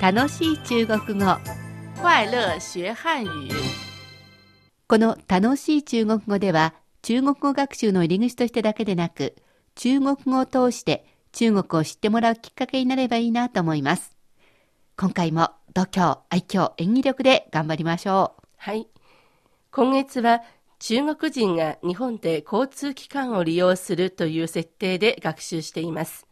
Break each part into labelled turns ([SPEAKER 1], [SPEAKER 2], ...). [SPEAKER 1] 楽しい中国語
[SPEAKER 2] 快乐学汉语。
[SPEAKER 1] この楽しい中国語では中国語学習の入り口としてだけでなく中国語を通して中国を知ってもらうきっかけになればいいなと思います今回も度胸愛嬌演技力で頑張りましょう
[SPEAKER 2] はい。今月は中国人が日本で交通機関を利用するという設定で学習しています。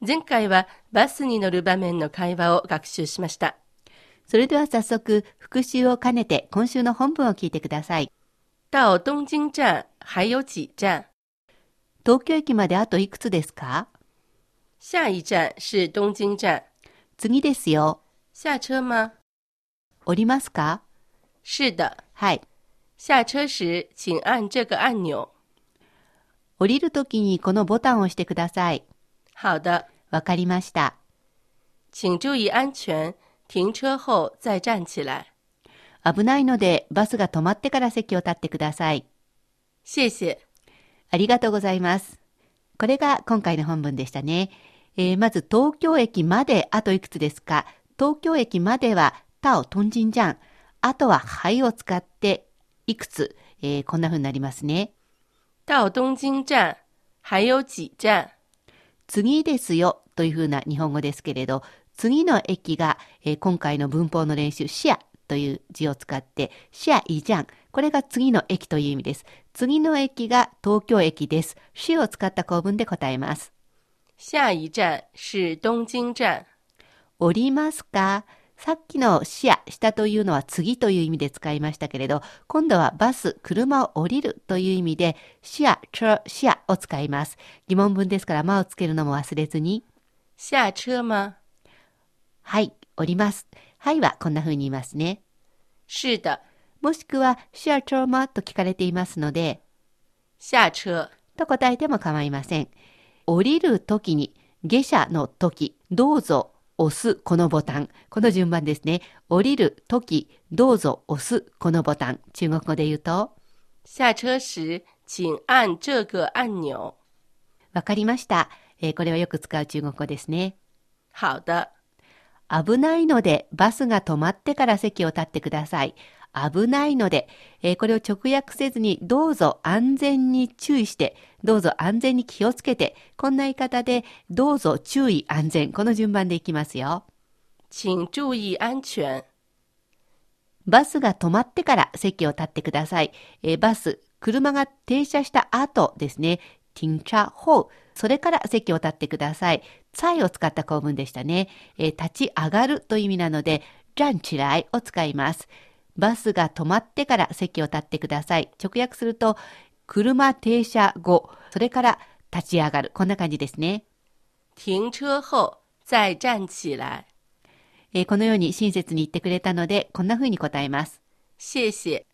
[SPEAKER 2] 前回はバスに乗る場面の会話を学習しました。
[SPEAKER 1] それでは早速復習を兼ねて今週の本文を聞いてください
[SPEAKER 2] 到东京站还有几站？
[SPEAKER 1] 東京駅まであといくつですか
[SPEAKER 2] 下一站是东京站。
[SPEAKER 1] 次ですよ
[SPEAKER 2] 下车吗？
[SPEAKER 1] 降りますか
[SPEAKER 2] 是的。
[SPEAKER 1] はい
[SPEAKER 2] 下车时请按这个按钮。
[SPEAKER 1] 降りるときにこのボタンを押してください
[SPEAKER 2] 好的，
[SPEAKER 1] わかりました
[SPEAKER 2] 请注意安全，停车后再站起来。
[SPEAKER 1] 危ないのでバスが止まってから席を立ってください
[SPEAKER 2] 谢谢。
[SPEAKER 1] ありがとうございます。これが今回の本文でしたね。えーまず東京駅まであといくつですか東京駅まではタオトンジンジャン。あとははいを使っていくつ、えーこんな風になりますね。
[SPEAKER 2] 到东京站还有几站？
[SPEAKER 1] 次ですよという風な日本語ですけれど、次の駅が、えー今回の文法の練習、視野という字を使って、視野いいじゃん。これが次の駅という意味です。次の駅が東京駅です。市を使った構文で答えます。
[SPEAKER 2] 下一站是东京站。
[SPEAKER 1] おりますかさっきの視野、下というのは次という意味で使いましたけれど、今度はバス、車を降りるという意味で、視野、車、視野を使います。疑問文ですから、間をつけるのも忘れずに。
[SPEAKER 2] 下车吗？
[SPEAKER 1] はい、降ります。はいはこんな風に言いますね。
[SPEAKER 2] 是的，
[SPEAKER 1] もしくは、視野、車と聞かれていますので、
[SPEAKER 2] 下车。
[SPEAKER 1] と答えても構いません。降りるときに、下車のとき、どうぞ押すこのボタン。この順番ですね。降りるとき、どうぞ押すこのボタン。中国語で言うと、
[SPEAKER 2] 下车时请按这个按钮。
[SPEAKER 1] わかりました、えーこれはよく使う中国語ですね。
[SPEAKER 2] 好的，
[SPEAKER 1] 危ないので、バスが止まってから席を立ってください。危ないので、えーこれを直訳せずに、どうぞ安全に注意して、どうぞ安全に気をつけて、こんな言い方で、どうぞ注意安全。この順番でいきますよ。
[SPEAKER 2] 请注意安全。
[SPEAKER 1] バスが止まってから席を立ってください。えーバス、車が停車した後ですね。停車後、それから席を立ってください。才を使った構文でしたね。えー立ち上がるという意味なので、じゃんちらいを使います。バスが止まってから席を立ってください。直訳すると、車停車後、それから立ち上がる。こんな感じですね。
[SPEAKER 2] 停车后再站起来。
[SPEAKER 1] えーこのように親切に言ってくれたので、こんな風に答えます。
[SPEAKER 2] 谢谢。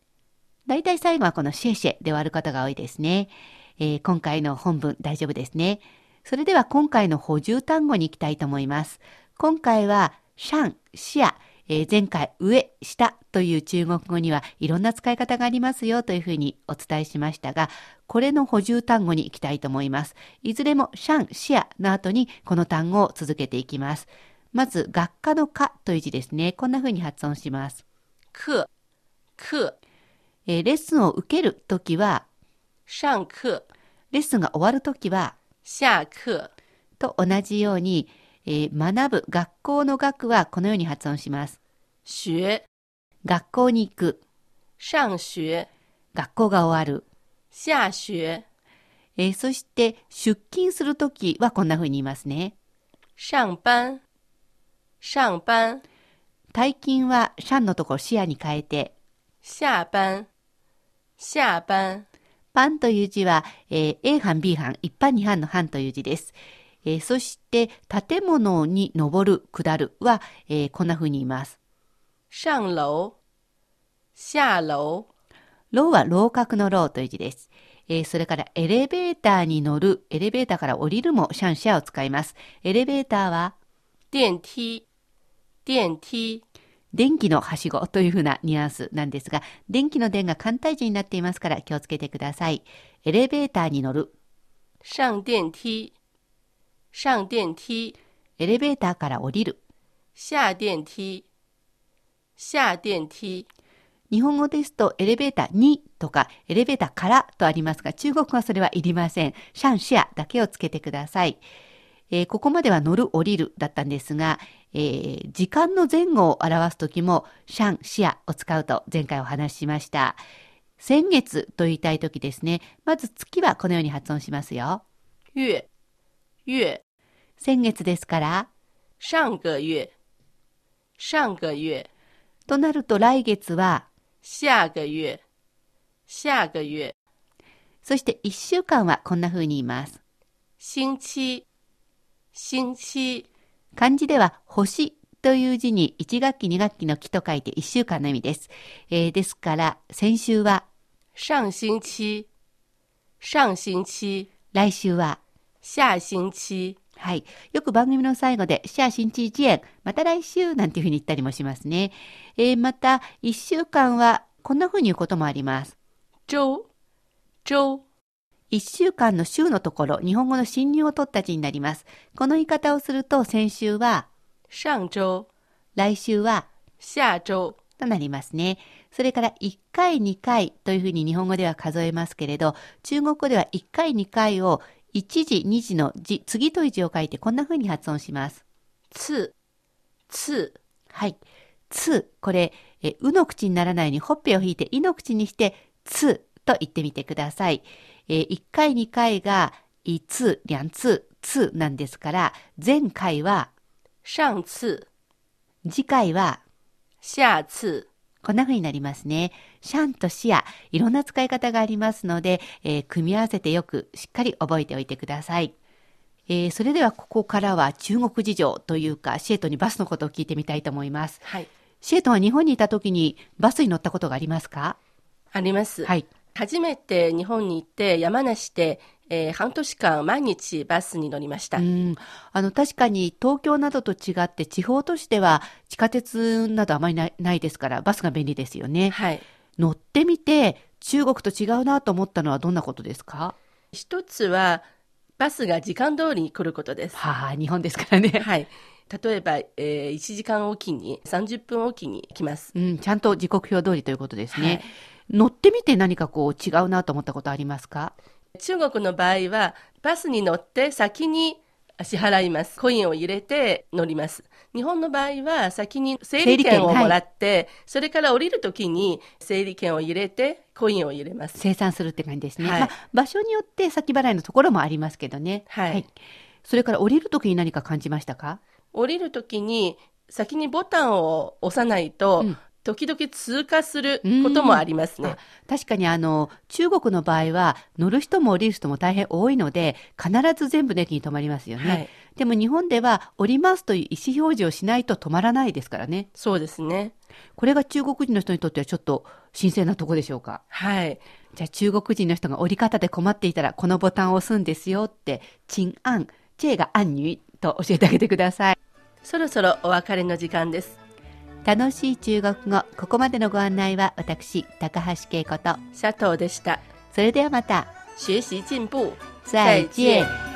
[SPEAKER 1] 大体最後はこのシェシェで終わることが多いですね。えー今回の本文大丈夫ですね。それでは今回の補充単語に行きたいと思います。今回はシャン、シア、えー前回上、下という中国語にはいろんな使い方がありますよというふうにお伝えしましたが、これの補充単語に行きたいと思います。いずれもシャン、シアの後にこの単語を続けていきます。まず、学科の科という字ですね。こんなふうに発音します。
[SPEAKER 2] 课，课，
[SPEAKER 1] えーレッスンを受けるときは、
[SPEAKER 2] 上课，
[SPEAKER 1] レッスンが終わるときは、
[SPEAKER 2] 下课，
[SPEAKER 1] と同じように、えー学ぶ、学校の学はこのように発音します。
[SPEAKER 2] 学，
[SPEAKER 1] 学校に行く、
[SPEAKER 2] 上学，
[SPEAKER 1] 学校が終わる。
[SPEAKER 2] 下学，
[SPEAKER 1] えーそして、出勤するときはこんな風に言いますね。
[SPEAKER 2] 上班，上班，
[SPEAKER 1] 退勤は、シャンのところ視野に変えて、
[SPEAKER 2] 下班，下班，
[SPEAKER 1] パンという字は、えー A 班、B 班、一般二班の班という字です。えーそして、建物に登る、下るは、えーこんな風に言います。
[SPEAKER 2] 上楼，下楼，
[SPEAKER 1] ローは楼閣のローという字です。えーそれからエレベーターに乗る、エレベーターから降りるもシャンシャンを使います。エレベーターは
[SPEAKER 2] 电梯，电梯，
[SPEAKER 1] 電気のはしごというふうなニュアンスなんですが、電気の電が簡体字になっていますから気をつけてください。エレベーターに乗る、
[SPEAKER 2] 上电梯，上电梯，
[SPEAKER 1] エレベーターから降りる、
[SPEAKER 2] 下电梯、下电梯、
[SPEAKER 1] 日本語ですとエレベーターにとかエレベーターからとありますが、中国語はそれはいりません。シャンシェアだけをつけてください。えーここまでは乗る降りるだったんですが、えー時間の前後を表すときもシャンシェアを使うと前回お話ししました。先月と言いたいときですね。まず月はこのように発音しますよ。
[SPEAKER 2] 月、月、
[SPEAKER 1] 先月ですから、
[SPEAKER 2] 上个月、上个月、
[SPEAKER 1] となると来月は、
[SPEAKER 2] 下个月、下个月、
[SPEAKER 1] そして1週間はこんな風に言います。
[SPEAKER 2] 星期、星期、
[SPEAKER 1] 漢字では星という字に1学期2学期の期と書いて1週間の意味です。えーですから先週は、
[SPEAKER 2] 上星期、上星期、
[SPEAKER 1] 来週は、
[SPEAKER 2] 下星期。
[SPEAKER 1] はい。よく番組の最後で、シャー新地一円、また来週なんていうふうに言ったりもしますね。えーまた、1週間はこんな風に言うこともあります。
[SPEAKER 2] 周、周、
[SPEAKER 1] 1週間の週のところ、日本語の新入を取った字になります。この言い方をすると、先週は、
[SPEAKER 2] 上周、
[SPEAKER 1] 来週は、
[SPEAKER 2] 下周、
[SPEAKER 1] となりますね。それから1回2回というふうに日本語では数えますけれど、中国語では1回2回を1時2時の字、次という字を書いてこんなふうに発音します。
[SPEAKER 2] 次、次、
[SPEAKER 1] はい。つ、これ、え、うの口にならないようにほっぺを引いて、いの口にして、つと言ってみてください。えー、1回2回が、いつ、りゃんつ、つなんですから、前回は、
[SPEAKER 2] 上次、
[SPEAKER 1] 次回は、
[SPEAKER 2] 下次。
[SPEAKER 1] こんな風になりますね。シャンとシア、いろんな使い方がありますので、えー組み合わせてよくしっかり覚えておいてください。えーそれではここからは中国事情というか、シェートにバスのことを聞いてみたいと思います。
[SPEAKER 2] はい、
[SPEAKER 1] シェートンは日本にいた時にバスに乗ったことがありますか
[SPEAKER 2] あります。
[SPEAKER 1] はい。
[SPEAKER 2] 初めて日本に行って山梨で、えー半年間毎日バスに乗りました。
[SPEAKER 1] うん。あの、確かに東京などと違って地方都市では地下鉄などあまりないないですから、バスが便利ですよね。
[SPEAKER 2] はい。
[SPEAKER 1] 乗ってみて中国と違うなと思ったのはどんなことですか
[SPEAKER 2] 一つはバスが時間通りに来ることです。
[SPEAKER 1] はあ、日本ですからね。
[SPEAKER 2] はい。例えば、えー、1時間おきに、30分おきに来ます。
[SPEAKER 1] うん、ちゃんと時刻表通りということです
[SPEAKER 2] はい
[SPEAKER 1] ね。乗ってみて何かこう違うなと思ったことありますか
[SPEAKER 2] 中国の場合は、バスに乗って先に支払います。コインを入れて乗ります。日本の場合は、先に整理
[SPEAKER 1] 整理券
[SPEAKER 2] 券を
[SPEAKER 1] はい
[SPEAKER 2] もらって、それから降りるときに整理券を入れて、コインを入れます。
[SPEAKER 1] 生産するって感じですね。
[SPEAKER 2] はい
[SPEAKER 1] まあ、場所によって先払いのところもありますけどね。
[SPEAKER 2] はい
[SPEAKER 1] それから降りるときに何か感じましたか
[SPEAKER 2] 降りるときに、先にボタンを押さないと、
[SPEAKER 1] うん
[SPEAKER 2] 時々通過することもありますね
[SPEAKER 1] あ。確かにあの、中国の場合は乗る人も降りる人も大変多いので、必ず全部の駅に止まりますよね。
[SPEAKER 2] はい
[SPEAKER 1] でも日本では降りますという意思表示をしないと止まらないですからね。
[SPEAKER 2] そうですね。
[SPEAKER 1] これが中国人の人にとってはちょっと新鮮なとこでしょうか。
[SPEAKER 2] はい。
[SPEAKER 1] じゃあ中国人の人が折り方で困っていたらこのボタンを押すんですよって、チンアン、チェがアンニュイと教えてあげてください。
[SPEAKER 2] そろそろお別れの時間です。
[SPEAKER 1] 楽しい中国語、ここまでのご案内は私、高橋恵子と、
[SPEAKER 2] シャトーでした。
[SPEAKER 1] それではまた、
[SPEAKER 2] 学習進步。
[SPEAKER 1] 再见。